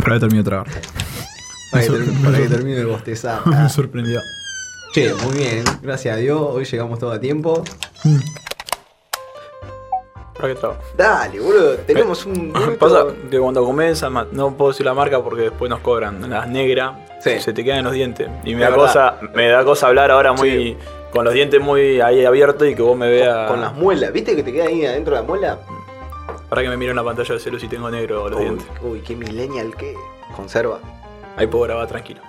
Ojalá termine de tragar. Para que, Me termine- sor- para me que sor- termine de bostezar. Me Ah. sorprendió. Che, muy bien. Gracias a Dios. Hoy llegamos todo a tiempo. Mm. Ahora que trago. Dale, boludo. Tenemos un. minuto. Ah, Pasa que cuando comes, ama- no puedo decir la marca porque después nos cobran las negras, Sí. se te quedan en los dientes. Y me da, La verdad. cosa, me da cosa hablar ahora muy con los dientes muy ahí abiertos y que vos me veas. Con las muelas. ¿Viste que te queda ahí adentro de la muela? Para que me miren la pantalla del celu si tengo negro los Uy, dientes. uy, qué millennial que conserva. Ahí puedo grabar tranquilo.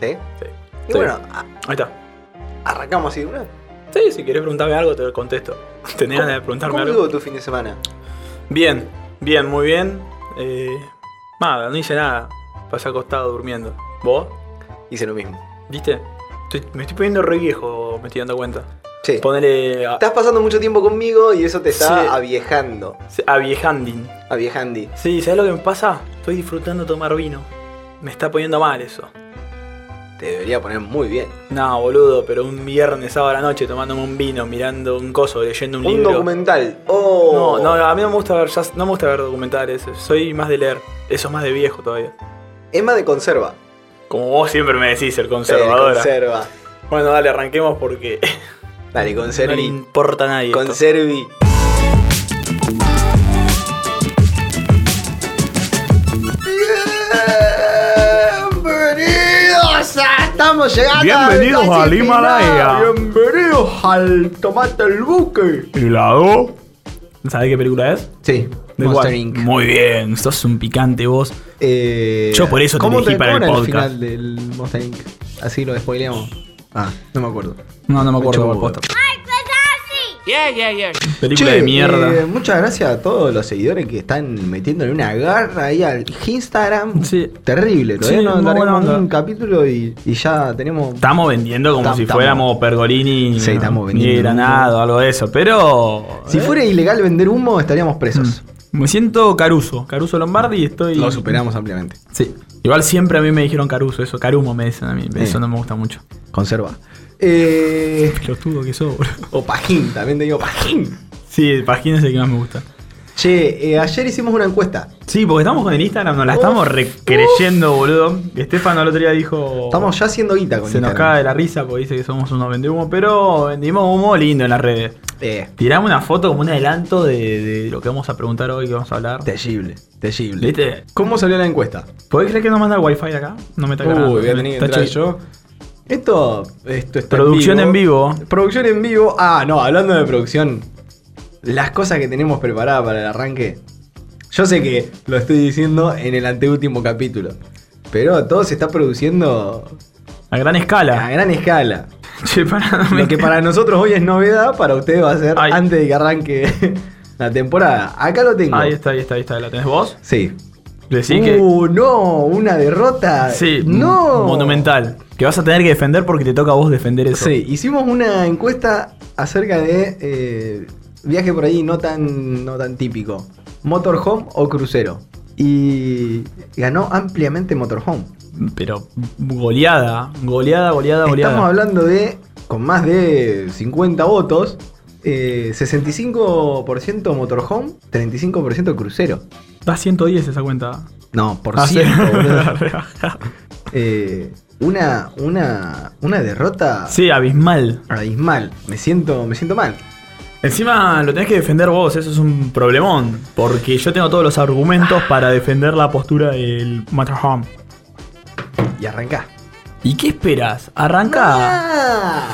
¿Sí? Sí. Y Sí. bueno, a- Ahí está. arrancamos así de una. Sí, si querés preguntarme algo, te contesto. ¿Tenés ganas de preguntarme ¿Cómo algo? estuvo tu fin de semana? Bien, bien, muy bien. Eh, nada, no hice nada. Pasé acostado durmiendo. ¿Vos? Hice lo mismo. ¿Viste? Estoy- me estoy poniendo re viejo, me estoy dando cuenta. Sí. Ponele a, Estás pasando mucho tiempo conmigo y eso te está Sí. aviejando. a viejandin. Aviejandi. Sí, ¿sabes lo que me pasa? Estoy disfrutando tomar vino. Me está poniendo mal eso. Te debería poner muy bien. No, boludo, pero un viernes, sábado a la noche, tomándome un vino, mirando un coso, leyendo un, Un libro. documental. Oh. No, no, a mí no me gusta ver, ya- no me gusta ver documentales. Soy más de leer. Eso es más de viejo todavía. Es más Oh, de conserva. Como vos siempre me decís, el Eh, conservadora. Conserva. Bueno, dale, arranquemos porque Dale, no le conservi. importa a nadie. esto. Conservi. Bienvenidos a... Estamos llegando Bienvenidos casi al final. Himalaya. Bienvenidos al Tomate el Buque. helado. ¿Sabés qué película es? Sí, De Monster Guad. Inc. Muy bien, sos un picante vos. Eh, Yo por eso te ¿cómo elegí para el cómo era podcast. final del Monster Inc? Así lo spoileamos. Ah, no me acuerdo. No, no me acuerdo. chupo por huevo. posta. Yeah, yeah, yeah. Película Che, de mierda. eh, muchas gracias a todos los seguidores que están metiéndole una garra ahí al Instagram. Sí. Terrible, todavía Sí, no muy buena tenemos onda. un capítulo y, y ya tenemos. Estamos vendiendo como Tam- si tamo. fuéramos Pergolini Sí, estamos vendiendo ni Granado o algo de eso, pero. si eh, Mm. fuera ilegal vender humo, estaríamos presos. Me siento Caruso, Caruso Lombardi y estoy. Lo superamos ampliamente. Sí. Igual siempre a mí me dijeron Caruso, eso, Carumo me dicen a mí, Sí. eso no me gusta mucho. Conserva. Eh, Pelotudo que sos, bro. o Pajín, también te digo Pajín. Sí, el Pajín es el que más me gusta. Che, eh, ayer hicimos una encuesta. Sí, porque estamos con el Instagram, nos la estamos recreyendo, boludo. Estefano el otro día dijo. Estamos ya haciendo guita con Se nos Instagram. cae de la risa porque dice que somos unos vendehumos, pero vendimos humo lindo en las redes. Eh, Tiramos una foto como un adelanto de, de lo que vamos a preguntar hoy, que vamos a hablar. terrible, terrible. ¿Viste? ¿Cómo salió la encuesta? ¿Podés creer que no manda el wifi acá? No me está grabando. Uy, voy a tener que Está entrar chi- yo. Esto, esto está Producción en vivo. Producción en vivo. Ah, no, hablando de producción. Las cosas que tenemos preparadas para el arranque. Yo sé que lo estoy diciendo en el anteúltimo capítulo. Pero todo se está produciendo A gran a escala. gran escala. Che, pará, no me- Lo que para nosotros hoy es novedad, para ustedes va a ser Ay. antes de que arranque la temporada. Acá lo tengo. Ahí está, ahí está, ahí está. ¿La tenés vos? Sí. Decí que. uh, no, una derrota. Sí, no. monumental. Que vas a tener que defender porque te toca a vos defender eso. Sí, hicimos una encuesta acerca de eh, viaje por ahí no tan, no tan típico. ¿Motorhome o crucero? Y ganó ampliamente Motorhome. Pero goleada, goleada, goleada, goleada. Estamos hablando de, con más de 50 votos, eh, 65% Motorhome, 35% crucero. Da 110 esa cuenta. No, por Ah, sí. ciento, boludo. Eh, una, una, una derrota sí, abismal. abismal. Me siento, me siento mal. Encima lo tenés que defender vos, eso es un problemón. Porque yo tengo todos los argumentos para defender la postura del Matterhorn. Y arrancá. ¿Y qué esperas? Arranca. Ah.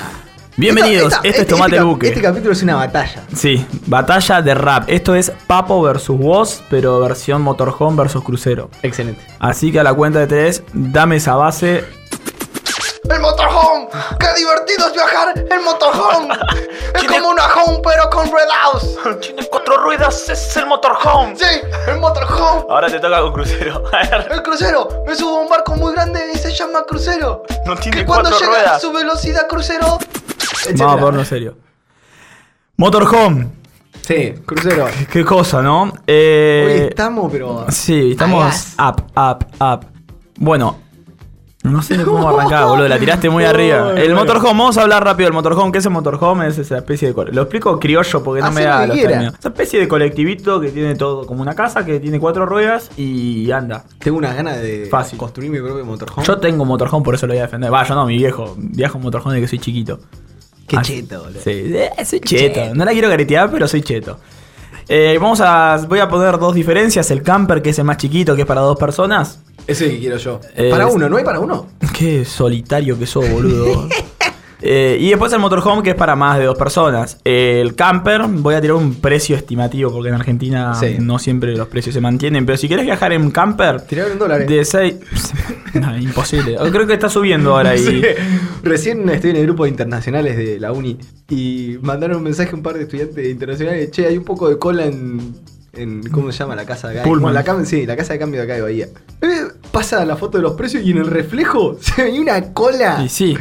Bienvenidos, Esta- este esta- es este- Tomate este el cap- Buque. Este capítulo es una batalla. Sí, batalla de rap. Esto es Papo versus vos, pero versión Motorhome versus Crucero. Excelente. Así que a la cuenta de tres, dame esa base. ¡El motorhome! ¡Qué divertido es viajar en motorhome! Es como una home pero con ruedas. Tiene cuatro ruedas, es el Motorhome. Sí, el motorhome. Ahora te toca con Crucero. El crucero. Me subo a un barco muy grande y se llama crucero. no Que cuando llega a su velocidad crucero, Vamos a ponernos en serio. Motorhome, Sí, crucero. qué cosa, ¿no? Hoy Eh, estamos, pero. Sí, estamos Agas. up, up, up. Bueno, No sé ni cómo arrancar, boludo. La tiraste muy arriba. Ay, El bueno. motorhome, vamos a hablar rápido del motorhome. ¿Qué es el motorhome? Es esa especie de. cole- Lo explico criollo porque no Hacé me lo da que los quiera. términos. Esa especie de colectivito que tiene todo como una casa, que tiene cuatro ruedas y anda. Tengo unas ganas de Fácil. construir mi propio motorhome. Yo tengo motorhome, por eso lo voy a defender. Va, yo no, mi viejo. Viajo en motorhome desde que soy chiquito. Qué Así- cheto, boludo. Ah, Sí, eh, soy cheto. No la quiero caretear, pero soy cheto. Eh, vamos a. Voy a poner dos diferencias. El camper, que es el más chiquito, que es para dos personas. Ese que quiero yo. Eh, para es- uno, ¿no hay para uno? Qué solitario que sos, boludo. Eh, y después el motorhome, que es para más de dos personas. Eh, El camper, voy a tirar un precio estimativo, porque en Argentina Sí. no siempre los precios se mantienen. Pero si quieres viajar en camper, Tiraron en dólares. de 6. No, imposible. Oh, Creo que está subiendo ahora. Y... Sí. Recién estoy en el grupo de internacionales de la uni y mandaron un mensaje a un par de estudiantes internacionales. Che, hay un poco de cola en. en- ¿Cómo se llama la casa de acá? Pullman. Bueno, La, cam- sí, la casa de cambio de acá de Bahía. Eh, pasa la foto de los precios y en el reflejo se veía una cola. Y sí.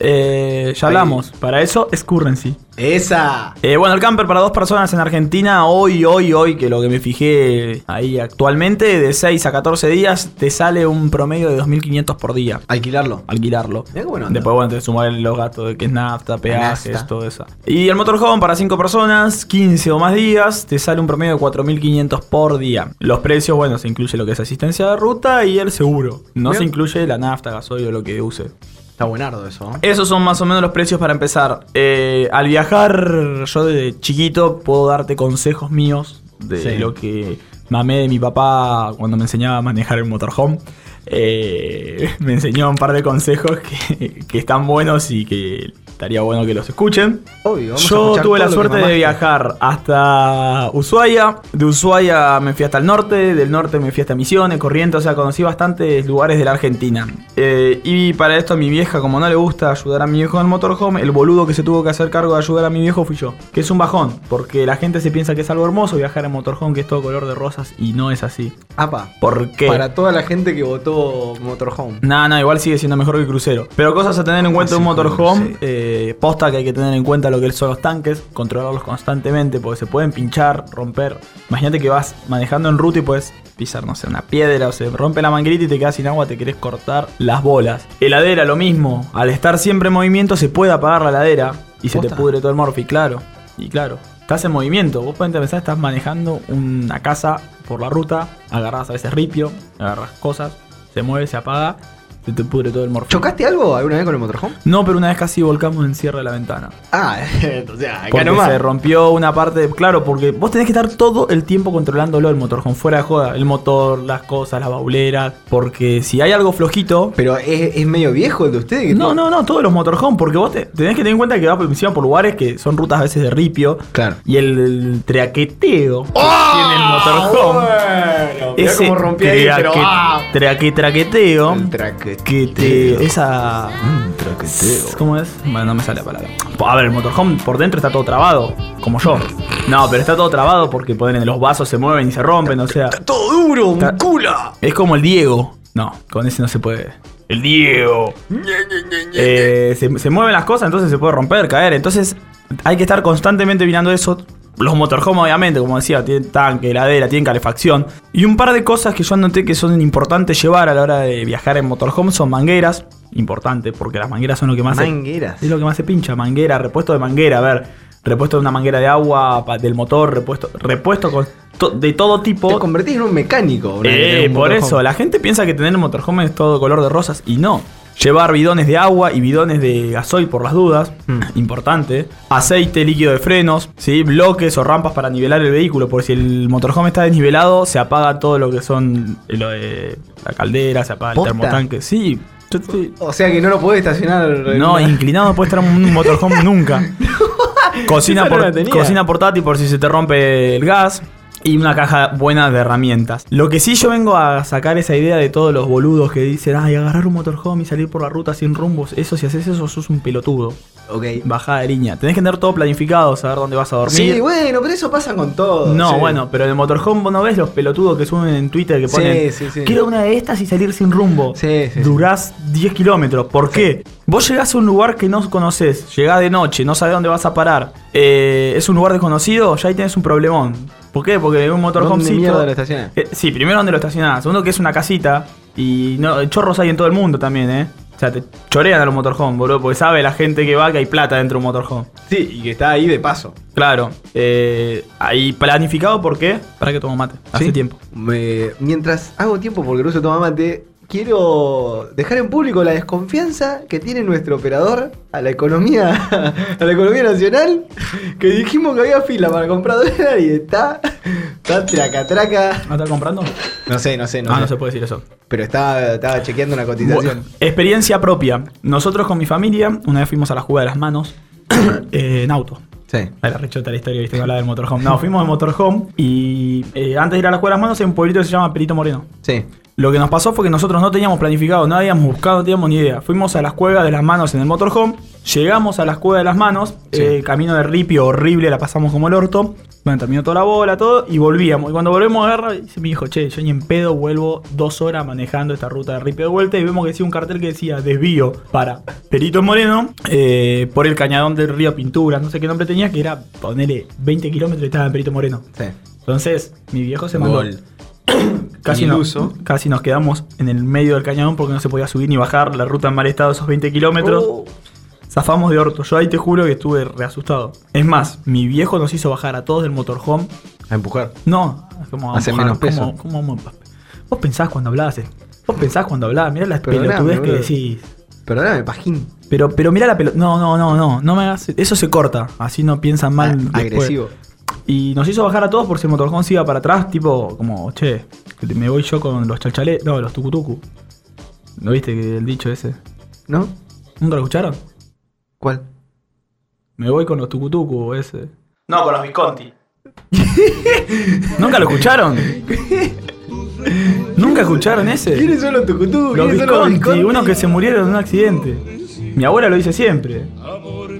Eh, ya Ahí. hablamos. Para eso es currency. ¡Esa! Eh, bueno, el camper para dos personas en Argentina, hoy, hoy, hoy, que lo que me fijé ahí actualmente, de 6 a 14 días, te sale un promedio de 2.500 por día. Alquilarlo. alquilarlo. Mirá qué buena onda. Después, bueno, te sumar los gastos de que es nafta, peajes, nafta. todo eso. Y el motorhome para 5 personas, 15 o más días, te sale un promedio de 4.500 por día. Los precios, bueno, se incluye lo que es asistencia de ruta y el seguro. No Bien. se incluye la nafta, gasoil o lo que use. Está buenardo eso. ¿eh? Esos son más o menos los precios para empezar. Eh, al viajar, yo desde chiquito puedo darte consejos míos de Sí. lo que mamé de mi papá cuando me enseñaba a manejar el motorhome. Eh, me enseñó un par de consejos que, que están buenos y que estaría bueno que los escuchen. Obvio, vamos a Yo escuchar tuve la todo lo que suerte de mamaste. viajar hasta Ushuaia, de Ushuaia me fui hasta el norte, del norte me fui hasta Misiones, Corrientes, o sea, conocí bastantes lugares de la Argentina. Eh, y para esto a mi vieja, como no le gusta ayudar a mi viejo en el motorhome, el boludo que se tuvo que hacer cargo de ayudar a mi viejo fui yo. Que es un bajón, porque la gente se piensa que es algo hermoso viajar en motorhome, que es todo color de rosas, y no es así. Apa. ¿Por qué? Para toda la gente que votó Motorhome. No, no, igual sigue siendo mejor que el crucero. Pero cosas a tener en cuenta de un Así como motorhome, crucero. eh, posta que hay que tener en cuenta lo que son los tanques, controlarlos constantemente, porque se pueden pinchar, romper. Imagínate que vas manejando en ruta y puedes pisar, no sé, una piedra o se rompe la manguerita y te quedas sin agua, te querés cortar las bolas. Heladera, lo mismo. Al estar siempre en movimiento se puede apagar la heladera y se te Posta. pudre todo el morfi, claro. Y claro, estás en movimiento. Vos podés pensar, estás manejando una casa por la ruta, agarrás a veces ripio, agarras cosas, se mueve, se apaga, se te pudre todo el morfín. ¿Chocaste algo alguna vez con el Motorhome? No, pero una vez casi volcamos en cierre de la ventana. Ah, o sea, acá Porque nomás. se rompió una parte. Claro, porque vos tenés que estar todo el tiempo controlándolo el motorhome, fuera de joda. El motor, las cosas, las bauleras. Porque si hay algo flojito, Pero es, es medio viejo el de ustedes. que No, tiene- no, no, todos los motorhome, porque vos te- tenés que tener en cuenta que vas por encima por lugares que son rutas a veces de ripio. Claro. Y el, el traqueteo que tiene el motorhome. ¡Ah! Bueno, mirá ese cómo rompí ahí, pero traque- ah. traque- traqueteo. El traqueteo. Que te. Esa. mm, traqueteo. ¿Cómo es? Bueno, no me sale la palabra. A ver, el motorhome por dentro está todo trabado, como yo. No, pero está todo trabado porque ponen, los vasos se mueven y se rompen, o sea. Todo duro, un Tra- cula. Es como el Diego. No, con ese no se puede. El Diego. Eh, se, se mueven las cosas, entonces se puede romper, caer. Entonces hay que estar constantemente mirando eso. Los motorhome, obviamente, como decía, tienen tanque, heladera, tienen calefacción. Y un par de cosas que yo anoté que son importantes llevar a la hora de viajar en motorhome son mangueras. Importante, porque las mangueras son lo que más... se- ah, Mangueras. es lo que más se pincha, manguera, repuesto de manguera, a ver, repuesto de una manguera de agua, pa- del motor, repuesto, repuesto con to- de todo tipo. Te convertís en un mecánico. una vez que Eh, tenés un por motorhome. eso, la gente piensa que tener un motorhome es todo color de rosas y no. Llevar bidones de agua y bidones de gasoil por las dudas, Mm. importante. Aceite, líquido de frenos, ¿sí? bloques o rampas para nivelar el vehículo, porque si el motorhome está desnivelado, se apaga todo lo que son eh, lo de la caldera, se apaga el ¿Posta? termotanque. Sí, yo te- O sea que no lo podés estacionar. en no, una- inclinado no puede estar en un motorhome nunca. cocina, Esa no por- la tenía. cocina portátil por si se te rompe el gas. Y una caja buena de herramientas. Lo que sí yo vengo a sacar esa idea de todos los boludos que dicen, ay, agarrar un motorhome y salir por la ruta sin rumbos. Eso, si haces eso, sos un pelotudo. Ok. Bajada de línea. Tenés que tener todo planificado, saber dónde vas a dormir. Sí, bueno, pero eso pasa con todo. No, sí. bueno, pero en el motorhome vos no ves los pelotudos que suben en Twitter que Sí, ponen. sí, sí. Quiero una de estas y salir sin rumbo. Sí, sí, sí. Durás 10 kilómetros. ¿Por qué? Vos llegás a un lugar que no conoces, llegás de noche, no sabés dónde vas a parar. eh, es un lugar desconocido, ya ahí tenés un problemón. ¿Por qué? Porque en un ¿Dónde motorhomecito. mierda lo estacionás? Eh, sí, primero dónde lo estacionás. Segundo que es una casita Y no, chorros hay en todo el mundo también, ¿eh? O sea, te chorean a los motorhome, boludo, porque sabe la gente que va que hay plata dentro de un motorhome. Sí, y que está ahí de paso. Claro. Eh, ahí planificado, ¿por qué? Para que tomo mate. Hace ¿Sí? tiempo. Me- mientras hago tiempo porque no uso toma mate, quiero dejar en público la desconfianza que tiene nuestro operador a la economía, a la economía nacional, que dijimos que había fila para comprar dólar y está, está traca traca. ¿No está comprando? No sé, no sé, no ah, sé. no se puede decir eso. Pero estaba, estaba chequeando una cotización. Bu- experiencia propia. Nosotros con mi familia, una vez fuimos a la jugada de las manos eh, en auto. Sí. Era rechota la historia, viste, que hablaba del motorhome. No, fuimos al motorhome y eh, antes de ir a la escuela de las manos, hay un pueblito que se llama Perito Moreno. Sí. Lo que nos pasó fue que nosotros no teníamos planificado, no habíamos buscado, no teníamos ni idea. Fuimos a las cuevas de las manos en el motorhome, llegamos a las cuevas de las manos, Sí. eh, camino de ripio horrible, la pasamos como el orto. Bueno, terminó toda la bola, todo, y volvíamos. Y cuando volvemos a agarrar, dice mi hijo, che, yo ni en pedo vuelvo dos horas manejando esta ruta de ripio de vuelta. Y vemos que decía un cartel que decía desvío para Perito Moreno eh, por el cañadón del río Pinturas, no sé qué nombre tenía, que era, ponele, 20 kilómetros y estaba en Perito Moreno. Sí. Entonces, mi viejo se mandó. Gol. Casi, Ni no- iluso. casi nos quedamos en el medio del cañón porque no se podía subir ni bajar la ruta en mal estado esos 20 kilómetros. Oh. Zafamos de orto. Yo ahí te juro que estuve reasustado. Es más, mi viejo nos hizo bajar a todos del motorhome. A empujar. No, como Hace menos peso. Vos pensás cuando hablás, eh. vos pensás cuando hablás, mirá las Perdoname, pelotudez que boludo. decís. Perdóname, pajín. Pero, pero mirá la pelota. No, no, no, no, no me hagas. Eso se corta, así no piensan mal. A- después. Ah, agresivo. Y nos hizo bajar a todos por si el motorjón se iba para atrás, tipo, como, che, que te- me voy yo con los chalchalés. No, los tucutucu. ¿No viste que el dicho ese? ¿No? ¿Nunca lo escucharon? ¿Cuál? Me voy con los tucutucu, ese. No, con los Visconti. ¿Nunca lo escucharon? ¿Nunca escucharon ese? ¿Quiénes son los tucutú? Los ¿Quiénes son los Visconti, Visconti? unos que se murieron en un accidente. Mi abuela lo dice siempre.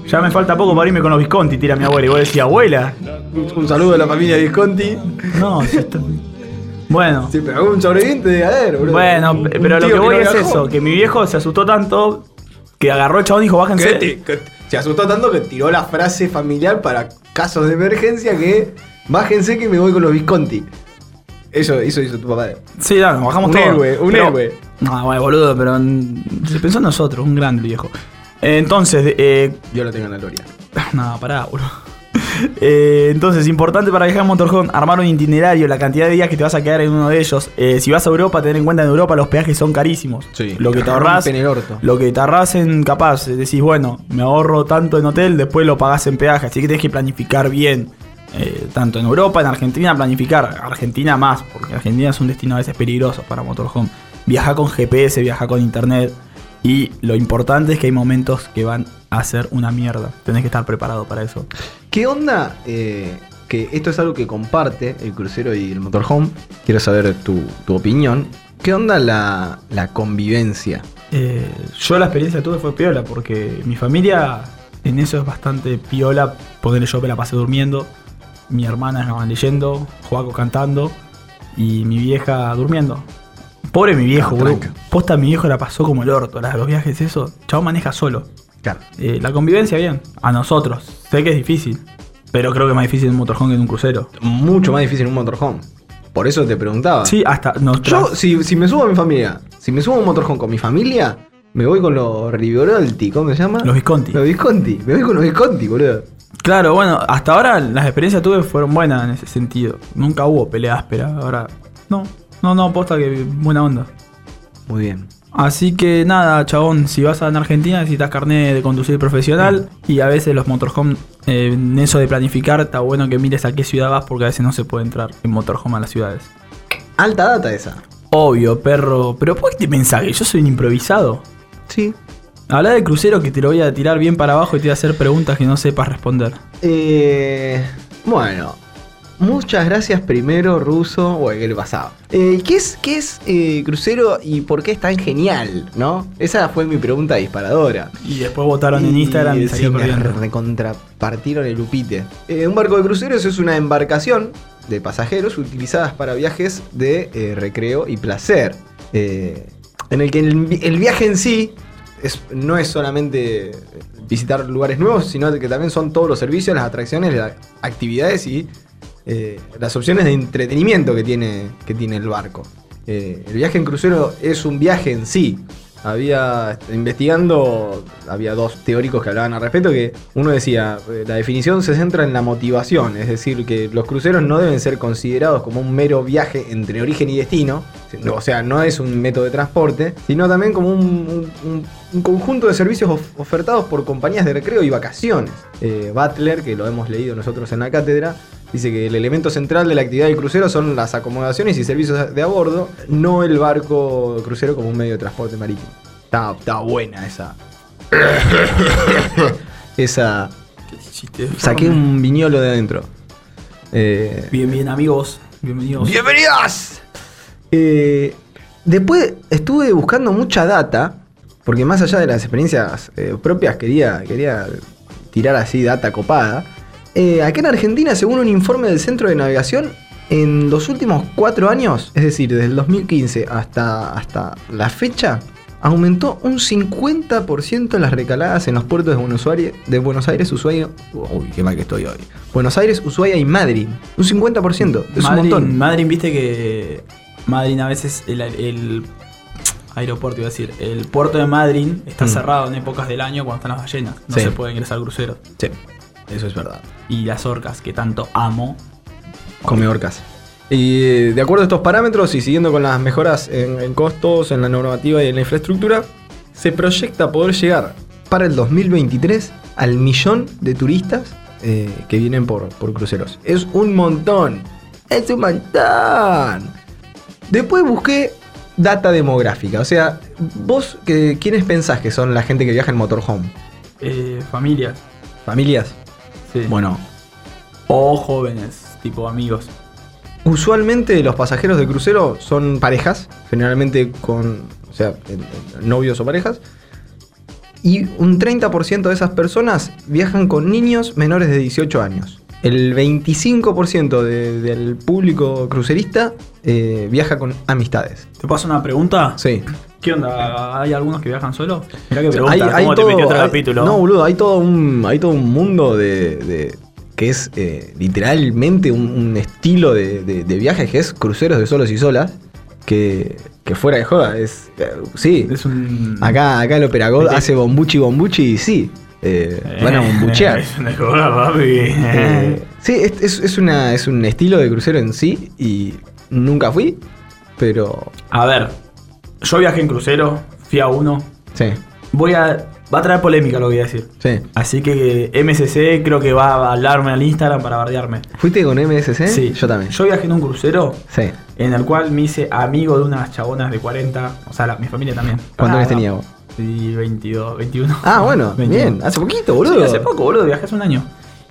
Ya me falta poco para irme con los Visconti, tira mi abuela. Y vos decís, abuela. Un un saludo a la familia Visconti. No, si esto- Bueno. Sí, pero algún sobreviviente de haber, boludo. Bueno, Un- pe- un pero lo tío que voy no es viajó. eso, que mi viejo se asustó tanto que agarró el chabón y dijo, Que bájense. te- que se asustó tanto que tiró la frase familiar para casos de emergencia que bájense que me voy con los Visconti. Eso, eso hizo tu papá. Sí, no, nos bajamos Un todos. héroe, un Pero- héroe. No, bueno, boludo, pero mm, se pensó en nosotros, un grande el viejo. Eh, Entonces, de- eh, Yo lo tengo en la gloria. Nada, pará, boludo. Eh, entonces, importante para viajar en motorhome, armar un itinerario, la cantidad de días que te vas a quedar en uno de ellos. Eh, si vas a Europa, tener en cuenta en Europa los peajes son carísimos. Sí. Lo que te ahorras, Rompen el orto. lo que te ahorras en capaz, eh, decís, bueno, me ahorro tanto en hotel, después lo pagás en peaje, así que tenés que planificar bien. eh, tanto en Europa, en Argentina, planificar. Argentina más, porque Argentina es un destino a veces peligroso para motorhome. Viaja con GPS, viaja con internet. Y lo importante es que hay momentos que van a ser una mierda. Tenés que estar preparado para eso. ¿Qué onda? eh, que esto es algo que comparte el crucero y el motorhome. Quiero saber tu, tu opinión. ¿Qué onda la, la convivencia? Eh, yo la experiencia que tuve fue piola, porque mi familia en eso es bastante piola. Ponerle yo me la pasé durmiendo, mi hermana la van leyendo, Joaco cantando y mi vieja durmiendo. Pobre mi viejo, Ah, boludo. tranca. Posta mi viejo la pasó como el orto, la- los viajes, eso. Chavo maneja solo. Claro. Eh, la convivencia bien, a nosotros. Sé que es difícil, pero creo que es más difícil en un motorhome que en un crucero. Mucho más difícil en un motorhome. Por eso te preguntaba. Sí, hasta Ah. Yo, nosotros. si, si me subo a mi familia, si me subo a un motorhome con mi familia, me voy con los Riverolti, ¿cómo se llama? Los Visconti. Los Visconti, me voy con los Visconti, boludo. Claro, bueno, hasta ahora las experiencias que tuve fueron buenas en ese sentido. Nunca hubo pelea áspera, ahora. No, no, no, posta que buena onda. Muy bien. Así que nada, chabón, si vas a en Argentina necesitas carnet de conducir profesional y a veces los motorhome, eh, en eso de planificar, está bueno que mires a qué ciudad vas porque a veces no se puede entrar en motorhome a las ciudades. Alta data esa. Obvio, perro, pero ¿por qué te pensás que yo soy un improvisado? Sí. Habla de crucero que te lo voy a tirar bien para abajo y te voy a hacer preguntas que no sepas responder. Eh, bueno, muchas gracias primero, Ruso. Bueno, ¿qué le pasaba? Eh, ¿Qué es, qué es eh, crucero y por qué es tan genial? ¿No? Esa fue mi pregunta disparadora. Y después votaron en Instagram y sí, salió me perdiendo. recontrapartieron el upite. Eh, un barco de cruceros es una embarcación de pasajeros utilizadas para viajes de eh, recreo y placer. eh, en el que el, vi- el viaje en sí es- no es solamente eh, visitar lugares nuevos, sino que también son todos los servicios, las atracciones, las actividades y eh, las opciones de entretenimiento que tiene, que tiene el barco. Eh, el viaje en crucero es un viaje en sí. Había, investigando, había dos teóricos que hablaban al respecto, que uno decía, eh, la definición se centra en la motivación, es decir, que los cruceros no deben ser considerados como un mero viaje entre origen y destino, sino- o sea, no es un método de transporte, sino también como un, un- un- un conjunto de servicios of- ofertados por compañías de recreo y vacaciones. Eh, Butler, que lo hemos leído nosotros en la cátedra, Dice que el elemento central de la actividad del crucero son las acomodaciones y servicios de a bordo, no el barco crucero como un medio de transporte marítimo. Está, está buena esa. esa. Saqué un viñolo de adentro. Eh, Bien, bien, amigos. Bienvenidos. ¡Bienvenidas! Eh, después estuve buscando mucha data, porque más allá de las experiencias eh, propias quería, quería tirar así data copada. Eh, acá en Argentina, según un informe del Centro de Navegación, en los últimos cuatro años, es decir, desde el 2015 hasta, hasta la fecha, aumentó un 50% las recaladas en los puertos de Buenos Aires, de Buenos Aires Ushuaia. Uy, qué mal que estoy hoy. Buenos Aires, Ushuaia y Madrid. Un 50%. Es un Madrid, montón. Madrid, viste que. Madrid a veces el, el aeropuerto, iba a decir. El puerto de Madrid está Mm. cerrado en épocas del año cuando están las ballenas. No Sí. se puede ingresar cruceros. Sí, eso es verdad. Y las orcas, que tanto amo. Come orcas. Y eh, de acuerdo a estos parámetros y siguiendo con las mejoras en, en costos, en la normativa y en la infraestructura, se proyecta poder llegar para el 2023 al millón de turistas eh, que vienen por, por cruceros. Es un montón. Es un montón. Después busqué data demográfica. O sea, vos, que, ¿quiénes pensás que son la gente que viaja en motorhome? Eh, familias. ¿Familias? Sí. Bueno, O jóvenes, tipo amigos. Usualmente los pasajeros de crucero son parejas, generalmente con o sea, en- en- novios o parejas. Y un 30% de esas personas viajan con niños menores de 18 años. El 25% de- del público crucerista eh, viaja con amistades. ¿Te paso una pregunta? Sí. ¿Qué onda? ¿Hay algunos que viajan solos? Mirá que Hay- pregunta, hay ¿cómo te todo- metí otro hay- capítulo? No, boludo, hay todo un, hay todo un mundo de, de- que es eh, literalmente un, un estilo de, de, de viaje que es cruceros de solos y solas, que, que fuera de joda, es... eh, sí, Es un. acá, acá el operagol Sí. hace bombuchi bombuchi y sí, eh, Eh, van a bombuchear. Es una joda, papi. Eh, sí, es, es- es una, es un estilo de crucero en sí y nunca fui, pero... A ver, yo viajé en crucero, fui a uno. Sí, Voy a. Va a traer polémica lo que voy a decir. sí. Así que MSC creo que va a hablarme al Instagram para bardearme. ¿Fuiste con MSC? Sí. ¿Eh? Yo también. Yo viajé en un crucero Sí. en el cual me hice amigo de unas chabonas de 40. O sea, la- mi familia también. ¿Cuántos Ah, años no. tenías vos? Sí, 22, 21. Ah, bueno, 21. bien. Hace poquito, Sí, boludo. hace poco, boludo, viajé hace un año.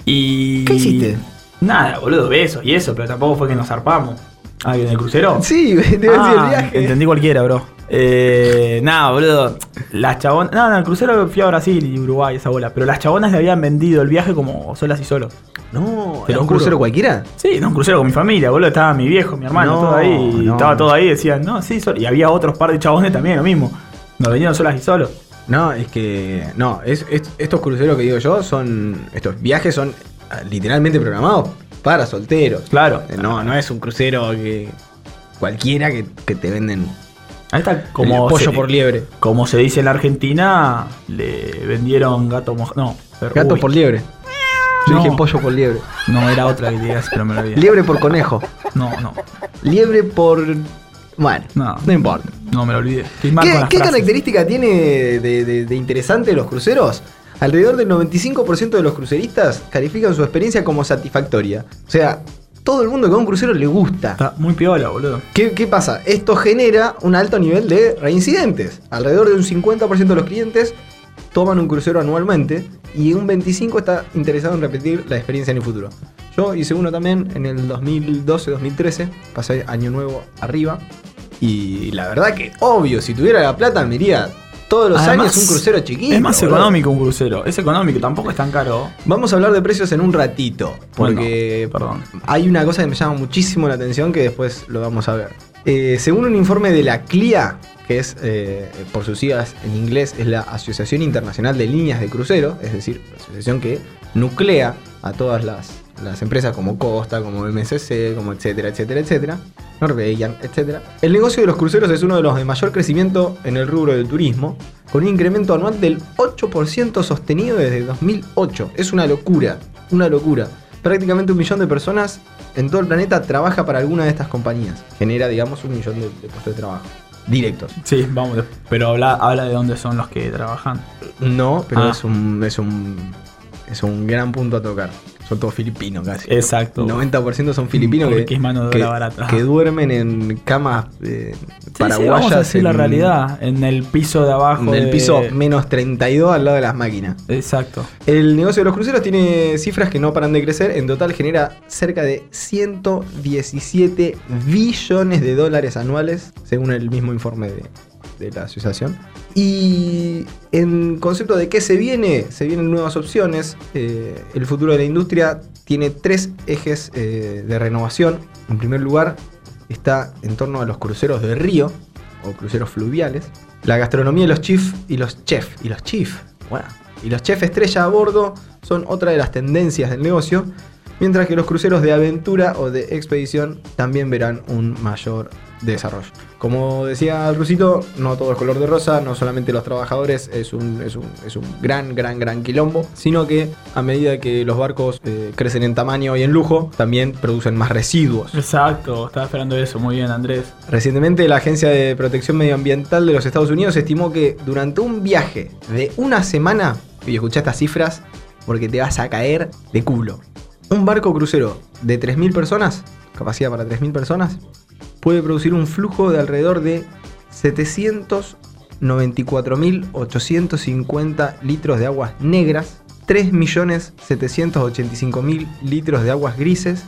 Y. ¿Qué hiciste? Nada, boludo, besos y eso, pero tampoco fue que nos zarpamos. Ah, ¿en el crucero? Sí, te iba a decir el Ah, viaje. Entendí cualquiera, bro. Eh, nada, boludo. Las chabonas. No, no, el crucero fui a Brasil y Uruguay, esa bola. Pero las chabonas le habían vendido el viaje como solas y solos. No, Te ¿era lo un juro. crucero cualquiera? Sí, no, un crucero con mi familia, boludo. Estaba mi viejo, mi hermano, No, todo ahí. y no. Estaba todo ahí, decían, no, sí, solo. Y había otros par de chabones también, lo mismo. Nos vendieron solas y solos. No, es que. No, es, es- estos cruceros que digo yo son. Estos viajes son ah, literalmente programados para solteros. Claro. Eh, No, no es un crucero que. cualquiera que, que te venden Ahí está como como. pollo se- por liebre. Como se dice en la Argentina, le vendieron gato mojado. No, pero- Gato uy, por liebre. Yo No. dije pollo por liebre. No, era otra que digas, pero me la olvidé. Liebre por conejo. No, no, Liebre por. Bueno, No. no importa. no me la olvidé. Estoy mal con ¿Qué, las qué frases. característica tiene de, de- de interesante los cruceros? Alrededor del 95% de los cruceristas califican su experiencia como satisfactoria. O sea, todo el mundo que va a un crucero le gusta. Está muy piola, boludo. ¿Qué, qué pasa? Esto genera un alto nivel de reincidentes. Alrededor de un 50% de los clientes toman un crucero anualmente y un 25% está interesado en repetir la experiencia en el futuro. Yo hice uno también en el 2012-2013, pasé año nuevo arriba y la verdad que obvio, si tuviera la plata me iría todos los Además, años un crucero chiquito. Es más boludo. económico un crucero. Es económico, tampoco es tan caro. Vamos a hablar de precios en un ratito, porque Bueno, perdón. hay una cosa que me llama muchísimo la atención que después lo vamos a ver. Eh, según un informe de la CLIA, que es, eh, por sus siglas en inglés, es la Asociación Internacional de Líneas de Crucero, es decir, la asociación que nuclea a todas las, las empresas como Costa, como MSC, como etcétera, etcétera, etcétera, Norwegian, etcétera. El negocio de los cruceros es uno de los de mayor crecimiento en el rubro del turismo, con un incremento anual del 8% sostenido desde 2008. Es una locura, una locura. Prácticamente un millón de personas en todo el planeta trabaja para alguna de estas compañías. Genera, digamos, un millón de, de puestos de trabajo. Directos. Sí, vamos. Pero habla, habla de dónde son los que trabajan. No, pero Ah. es un. es un. es un gran punto a tocar. Son todos filipinos casi. Exacto. 90% son filipinos Porque que, es mano de que, obra barata. que duermen en camas eh, Sí, sí, paraguayas. vamos a decir la en- realidad. En el piso de abajo. En el de- piso menos 32 al lado de las máquinas. Exacto. El negocio de los cruceros tiene cifras que no paran de crecer. En total genera cerca de 117 billones de dólares anuales, según el mismo informe de, de la asociación. Y en concepto de qué se viene, se vienen nuevas opciones. Eh, el futuro de la industria tiene tres ejes eh, de renovación. En primer lugar, está en torno a los cruceros de río o cruceros fluviales. La gastronomía y los chef y los chef y los chef. Bueno, y los chef estrella a bordo son otra de las tendencias del negocio, mientras que los cruceros de aventura o de expedición también verán un mayor desarrollo. Como decía el rusito, no todo es color de rosa, no solamente los trabajadores es un, es un- es un gran, gran, gran quilombo, sino que a medida que los barcos eh, crecen en tamaño y en lujo, también producen más residuos. Exacto. Estaba esperando eso. Muy bien, Andrés. Recientemente la Agencia de Protección Medioambiental de los Estados Unidos estimó que durante un viaje de una semana, y escuchá estas cifras porque te vas a caer de culo, un barco crucero de 3.000 personas, capacidad para 3.000 personas, puede producir un flujo de alrededor de 794.850 litros de aguas negras, 3.785.000 litros de aguas grises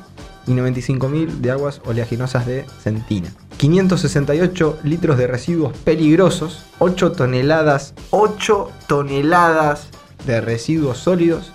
y 95.000 de aguas oleaginosas de centina. 568 litros de residuos peligrosos, 8 toneladas, 8 toneladas de residuos sólidos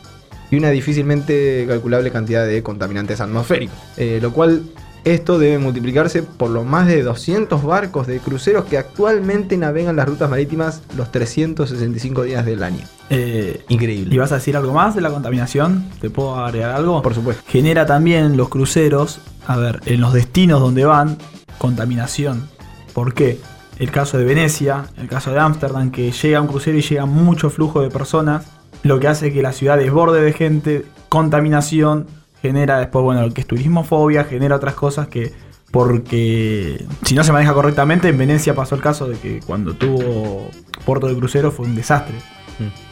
y una difícilmente calculable cantidad de contaminantes atmosféricos. Eh, lo cual esto debe multiplicarse por los más de 200 barcos de cruceros que actualmente navegan las rutas marítimas los 365 días del año. Eh, Increíble. ¿Y vas a decir algo más de la contaminación? ¿Te puedo agregar algo? Por supuesto. Genera también los cruceros, a ver, en los destinos donde van, contaminación. ¿Por qué? El caso de Venecia, el caso de Ámsterdam, que llega un crucero y llega mucho flujo de personas, lo que hace que la ciudad desborde de gente, contaminación, genera después, bueno, lo que es turismofobia, genera otras cosas que, porque si no se maneja correctamente, en Venecia pasó el caso de que cuando tuvo puerto de crucero fue un desastre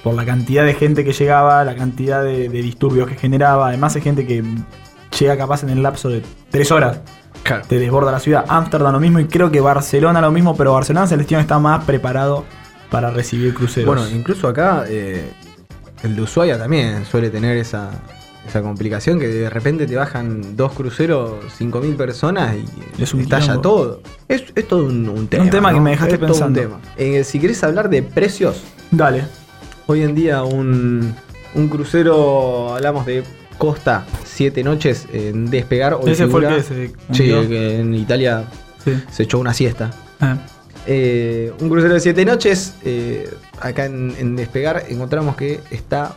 por la cantidad de gente que llegaba, la cantidad de, de disturbios que generaba. Además, es gente que llega capaz en el lapso de tres horas. Claro. Te desborda la ciudad. Ámsterdam lo mismo y creo que Barcelona lo mismo, pero Barcelona Celestino está más preparado para recibir cruceros. Bueno, incluso acá eh, el de Ushuaia también suele tener esa, esa complicación que de repente te bajan dos cruceros, 5.000 personas y Es un estalla quilombo. todo. Es, es todo un, tema. tema que ¿no? me dejaste Es todo un pensando. tema. Eh, si querés hablar de precios, dale. Hoy en día un, un crucero, hablamos de Costa, siete noches en despegar. Hoy Ese fue el figura- que se Sí, hundió. el que en Italia Sí. se echó una siesta. Ah, Eh, un crucero de siete noches, eh, acá en, en despegar encontramos que está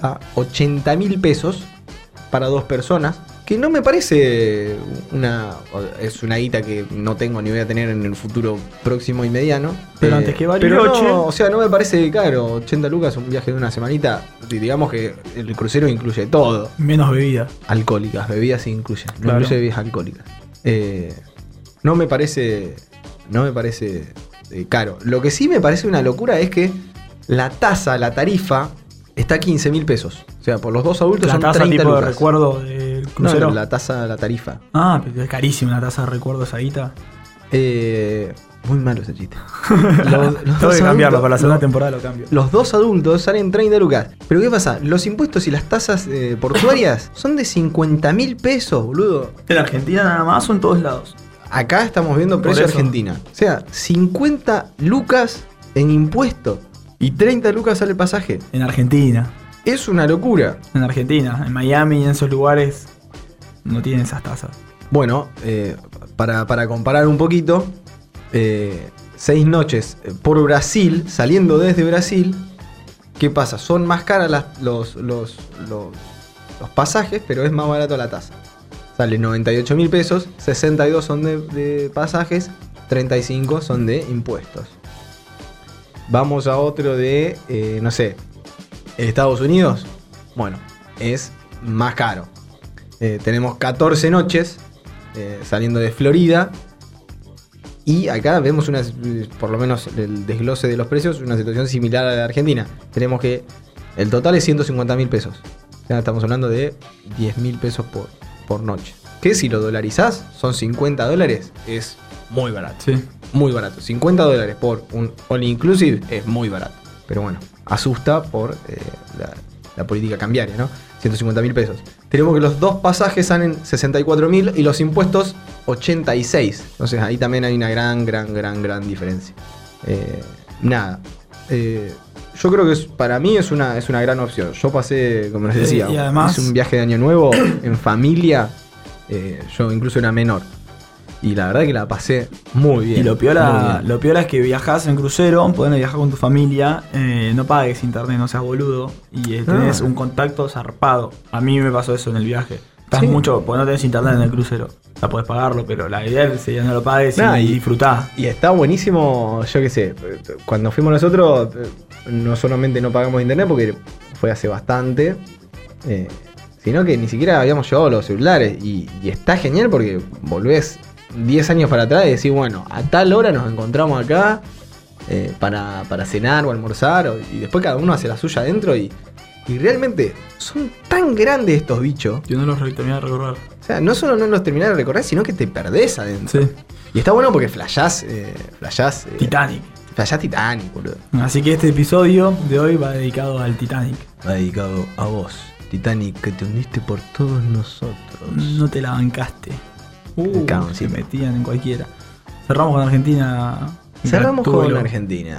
a 80 mil pesos para dos personas. Que no me parece una. Es una guita que no tengo ni voy a tener en el futuro próximo y mediano. Eh, Pero antes que pero Bariloche. no, o sea, no me parece caro. 80 lucas, un viaje de una semanita. Y Digamos que el crucero incluye todo. menos bebida. Alcohólicas, bebidas se incluyen. no Claro. Incluye bebidas alcohólicas. Eh, no me parece. No me parece eh, caro. Lo que sí me parece una locura es que la tasa, la tarifa, está a 15 mil pesos. O sea, por los dos adultos La son taza 30 tipo de lucas. recuerdo del No, crucero. no, la tasa, la tarifa. Ah, pero es carísima una taza de recuerdo esa guita. Ah, Eh, muy malo ese chiste. Tengo que cambiarlo, adultos- para la segunda temporada lo cambio. Los dos adultos salen 30 lucas. Pero ¿qué pasa? Los impuestos y las tasas eh, portuarias son de 50 mil pesos, boludo. En Argentina nada más o en todos lados. Acá estamos viendo Por precio eso. Argentina. O sea, 50 lucas en impuesto y 30 lucas sale el pasaje. En Argentina. Es una locura. En Argentina, en Miami y en esos lugares no tienen esas tasas. Bueno, eh, para, para comparar un poquito, eh, seis noches por Brasil, saliendo desde Brasil, ¿qué pasa? Son más caras las- los, los, los, los pasajes, pero es más barato la tasa. Sale 98 mil pesos, 62 son de, de pasajes, 35 son de impuestos. Vamos a otro de, eh, no sé, Estados Unidos. Bueno, es más caro. Eh, tenemos 14 noches eh, saliendo de Florida. Y acá vemos una, por lo menos el desglose de los precios, una situación similar a la de Argentina. Tenemos que el total es 150 mil pesos. O sea, estamos hablando de 10 mil pesos por, por noche. Que si lo dolarizás, son 50 dólares. Es muy barato. Sí. Muy barato. 50 dólares por un all inclusive es muy barato. Pero bueno, asusta por eh, la, la política cambiaria, ¿no? 150 mil pesos. Tenemos que los dos pasajes salen 64 mil y los impuestos 86. Entonces ahí también hay una gran, gran, gran, gran diferencia. Eh, nada. Eh, yo creo que es- para mí es una, es una gran opción. Yo pasé, como les Sí, decía, y además- hice un viaje de año nuevo en familia. Eh, yo incluso era menor. Y la verdad que la pasé muy bien. Y lo muy piola, bien. lo piola es que viajás en crucero, podés viajar con tu familia, eh, no pagues internet, no seas boludo, y eh, tenés Ah. un contacto zarpado. A mí me pasó eso en el viaje. Estás Sí. mucho, porque no tenés internet en el crucero. O sea, podés pagarlo, pero la idea sería no lo pagues Nah, y, y- disfrutá. Y está buenísimo, yo qué sé, cuando fuimos nosotros, eh, no solamente no pagamos internet porque fue hace bastante, eh, sino que ni siquiera habíamos llevado los celulares. Y, y está genial porque volvés 10 años para atrás y decís, bueno, a tal hora nos encontramos acá eh, para, para cenar o almorzar, o- y después cada uno hace la suya adentro y, y realmente son tan grandes estos bichos. Yo no los re- terminé de recordar. O sea, no solo no los terminás de recorrer, sino que te perdés adentro. Sí. Y está bueno porque flashás, eh, flashás, eh, Titanic. flashás Titanic, boludo. Así que este episodio de hoy va dedicado al Titanic. Va dedicado a vos, Titanic, que te hundiste por todos nosotros. No te la bancaste. Uh. Me cago se encima. metían en cualquiera. Cerramos con Argentina. Cerramos Tuelo. con Argentina.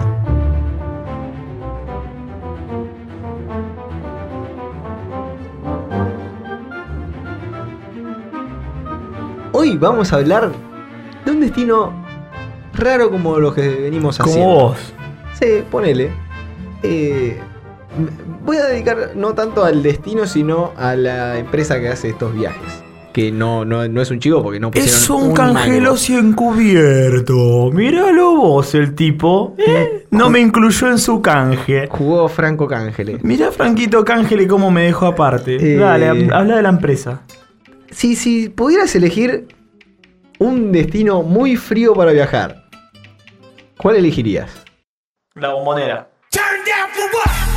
Hoy vamos a hablar de un destino raro como los que venimos haciendo. Como vos. Sí, ponele. Eh, m- voy a dedicar no tanto al destino, sino a la empresa que hace estos viajes. Que no, no, no es un chivo porque no pusieron Es un, mango. cangelocio encubierto. Míralo vos, el tipo. ¿eh? No me incluyó en su canje. Jugó Franco Cángele. Mirá, Franquito Cángele, cómo me dejó aparte. Eh. Dale, hab- habla de la empresa. Si, si pudieras elegir un destino muy frío para viajar, ¿cuál elegirías? La bombonera.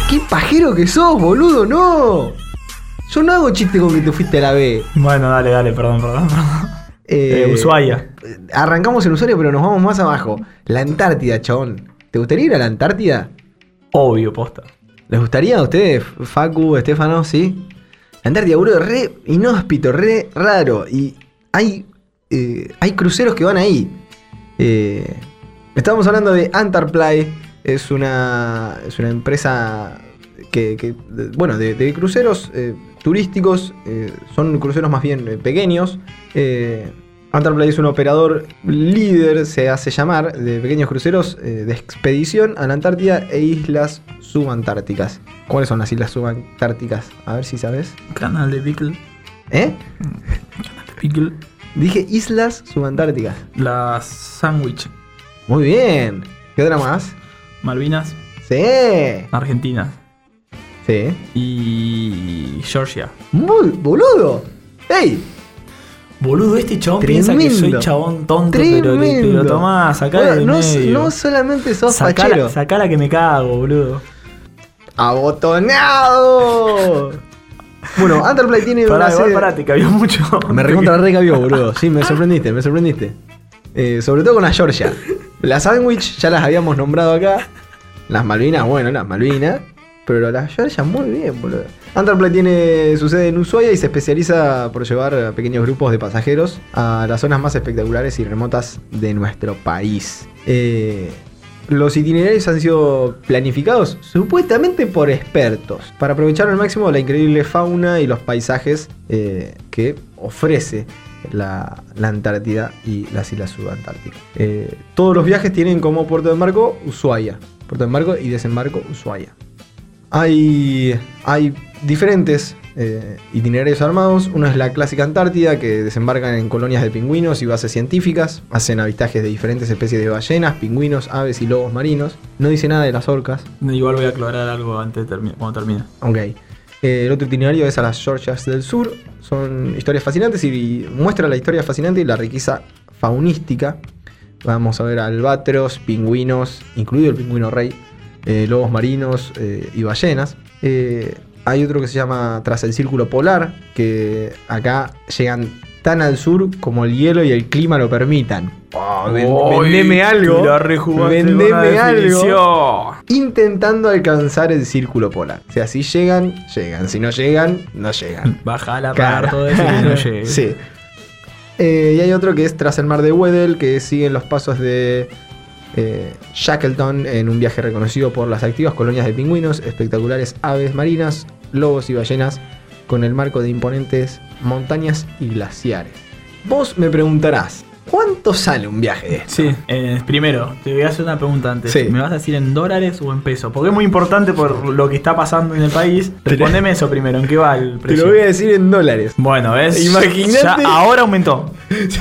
¡Qué pajero que sos, boludo! ¡No! Yo no hago chiste con que te fuiste a la B. Bueno, dale, dale, perdón, perdón. perdón. Eh, Eh, Ushuaia. Eh, Arrancamos en Usuario, pero nos vamos más abajo. La Antártida, chabón. ¿Te gustaría ir a la Antártida? Obvio, posta. ¿Les gustaría a ustedes, Facu, Estefano? ¿Sí? La Antártida, boludo, es re inhóspito, re raro. Y hay, eh, hay cruceros que van ahí. Eh, estamos hablando de Antarply. Es una, es una empresa que, que, de- bueno, de, de cruceros eh, turísticos. eh, son cruceros más bien eh, pequeños. Eh, Antarplay es un operador líder, se hace llamar, de pequeños cruceros eh, de expedición a la Antártida e islas subantárticas. ¿Cuáles son las islas subantárticas? A ver si sabes. Canal de Pickle. ¿Eh? Pickle. Dije islas subantárticas. La Sandwich. Muy bien. ¿Qué otra más? Malvinas. Sí. Argentina. Sí. Y. Georgia. Muy boludo. ¡Ey! Boludo, este chabón piensa que Tremendo. soy chabón tonto, pero, te- Tremendo. pero tomá, sacá Bueno, del no, medio. no solamente sos Sacala, fachero. sacala que me cago, boludo. ¡Abotonado! bueno, Antarplay tiene Pará, una igual sede- pará, te cabió mucho. Me recontra re cabió, boludo. Sí, me sorprendiste, me sorprendiste. Eh, sobre todo con la Georgia. Las sandwich ya las habíamos nombrado acá. Las Malvinas, bueno, las Malvinas. Pero la Georgia muy bien, boludo. Antarplay tiene su sede en Ushuaia y se especializa por llevar a pequeños grupos de pasajeros a las zonas más espectaculares y remotas de nuestro país. Eh, los itinerarios han sido planificados supuestamente por expertos para aprovechar al máximo la increíble fauna y los paisajes eh, que ofrece la, la Antártida y las islas subantárticas. Eh, todos los viajes tienen como puerto de embarco Ushuaia. Puerto de embarco y desembarco Ushuaia. Hay, hay diferentes eh, itinerarios armados. Uno es la clásica Antártida, que desembarcan en colonias de pingüinos y bases científicas. Hacen avistajes de diferentes especies de ballenas, pingüinos, aves y lobos marinos. No dice nada de las orcas. Igual voy a aclarar algo antes de termi- cuando termine. Ok. Eh, el otro itinerario es a las Georgias del Sur. Son historias fascinantes y muestra la historia fascinante y la riqueza faunística. Vamos a ver albatros, pingüinos, incluido el pingüino rey, eh, lobos marinos eh, y ballenas. Eh, hay otro que se llama Tras el Círculo Polar, que acá llegan tan al sur como el hielo y el clima lo permitan. Oh, ven- Uy, vendeme algo. te la rejugaste con Vendeme la algo. definición. intentando alcanzar el círculo polar. O sea, si llegan, llegan. Si no llegan, no llegan. Baja la Claro. par todo eso que no llegue. Sí. Eh, y hay otro que es Tras el mar de Weddell, que siguen los pasos de eh, Shackleton en un viaje reconocido por las activas colonias de pingüinos, espectaculares aves marinas, lobos y ballenas, con el marco de imponentes montañas y glaciares. Vos me preguntarás, ¿cuánto sale un viaje de esto? Sí, eh, primero, te voy a hacer una pregunta antes. Sí. ¿Me vas a decir en dólares o en pesos? Porque es muy importante por lo que está pasando en el país. Respondeme eso primero, ¿en qué va el Te precio? lo voy a decir en dólares. Bueno, ¿ves? Imagínate. Ya ahora aumentó.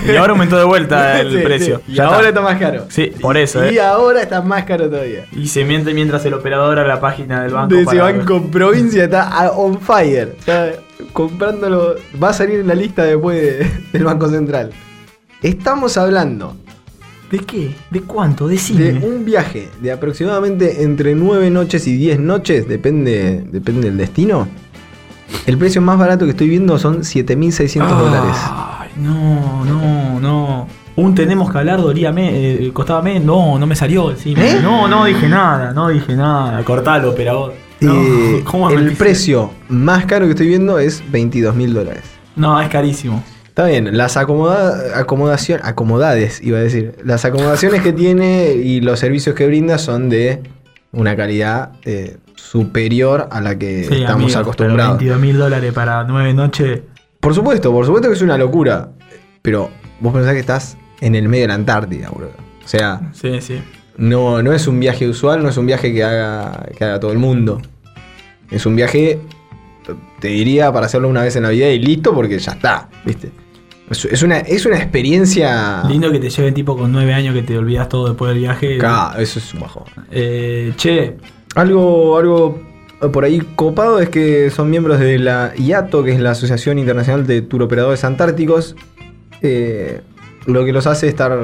Y ahora aumentó de vuelta el Sí, precio. sí. Y Ya ahora está. está más caro. Sí, por eso, Y ¿eh? ahora está más caro todavía. Y se miente mientras el operador a la página del banco. De ese para- banco provincia está a- on fire. Está comprándolo. Va a salir en la lista después de- del Banco Central. Estamos hablando ¿De qué? ¿De cuánto? de Decime. un viaje de aproximadamente entre 9 noches y 10 noches, depende, depende del destino. El precio más barato que estoy viendo son 7.600 Ah, dólares. Ay, no, no, no. Un tenemos que hablar dolía me, eh, costaba me, no, no me salió encima. ¿Eh? No, no dije nada, no dije nada. Cortalo, operador. No, Eh, ¿cómo me el metiste? precio más caro que estoy viendo es 22.000 dólares. No, es carísimo. Está bien, las acomoda acomodación, acomodades, iba a decir. Las acomodaciones que tiene y los servicios que brinda son de una calidad eh, superior a la que Sí, Eh, estamos amigo, acostumbrados. pero 22 mil dólares para nueve noches. Por supuesto, por supuesto que es una locura. Pero vos pensás que estás en el medio de la Antártida, boludo. O sea, Sí, sí. no, no es un viaje usual, no es un viaje que haga, que haga todo el mundo. Es un viaje, te diría, para hacerlo una vez en la vida y listo, porque ya está, ¿viste? Es, es una, es una experiencia. Lindo que te lleven tipo con nueve años que te olvidas todo después del viaje. Ca- eso es un bajón. Eh, che, Algo, algo por ahí copado es que son miembros de la IATO, que es la Asociación Internacional de Turoperadores Antárticos, eh, lo que los hace estar,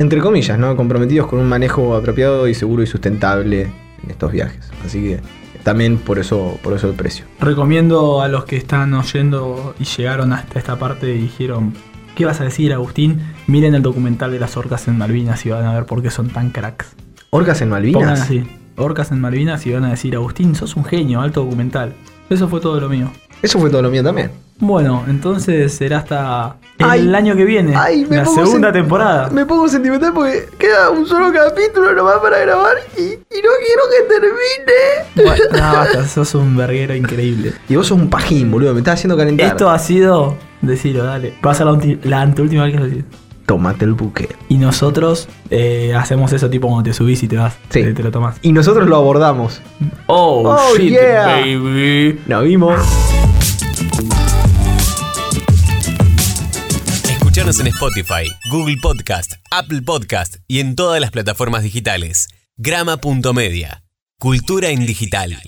entre comillas, ¿no? comprometidos con un manejo apropiado y seguro y sustentable en estos viajes. Así que también por eso, por eso el precio. Recomiendo a los que están oyendo y llegaron hasta esta parte y dijeron, ¿qué vas a decir Agustín? Miren el documental de las orcas en Malvinas y van a ver por qué son tan cracks. Orcas en Pongan Malvinas. así, orcas en Malvinas y van a decir, Agustín, sos un genio, alto documental. Eso fue todo lo mío. Eso fue todo lo mío también. Bueno, entonces será hasta el Ay, año que viene, Ay, me Eh, la pongo segunda sen- temporada. Me pongo sentimental porque queda un solo capítulo nomás para grabar y, y no quiero que termine. Bueno, nada, basta, sos un verguero increíble. Y vos sos un pajín, boludo. Me estás haciendo calentar. Esto ha sido, decilo, dale, pasa la, ulti- la anteúltima vez que lo decís. Tómate el buque. Y nosotros eh, hacemos eso tipo cuando te subís y te vas. Sí. Te, te lo tomás. Y nosotros lo abordamos. Oh, Oh, shit, yeah. baby. Nos vimos. Escuchanos en Spotify, Google Podcast, Apple Podcast y en todas las plataformas digitales. Grama.media. Cultura en digital.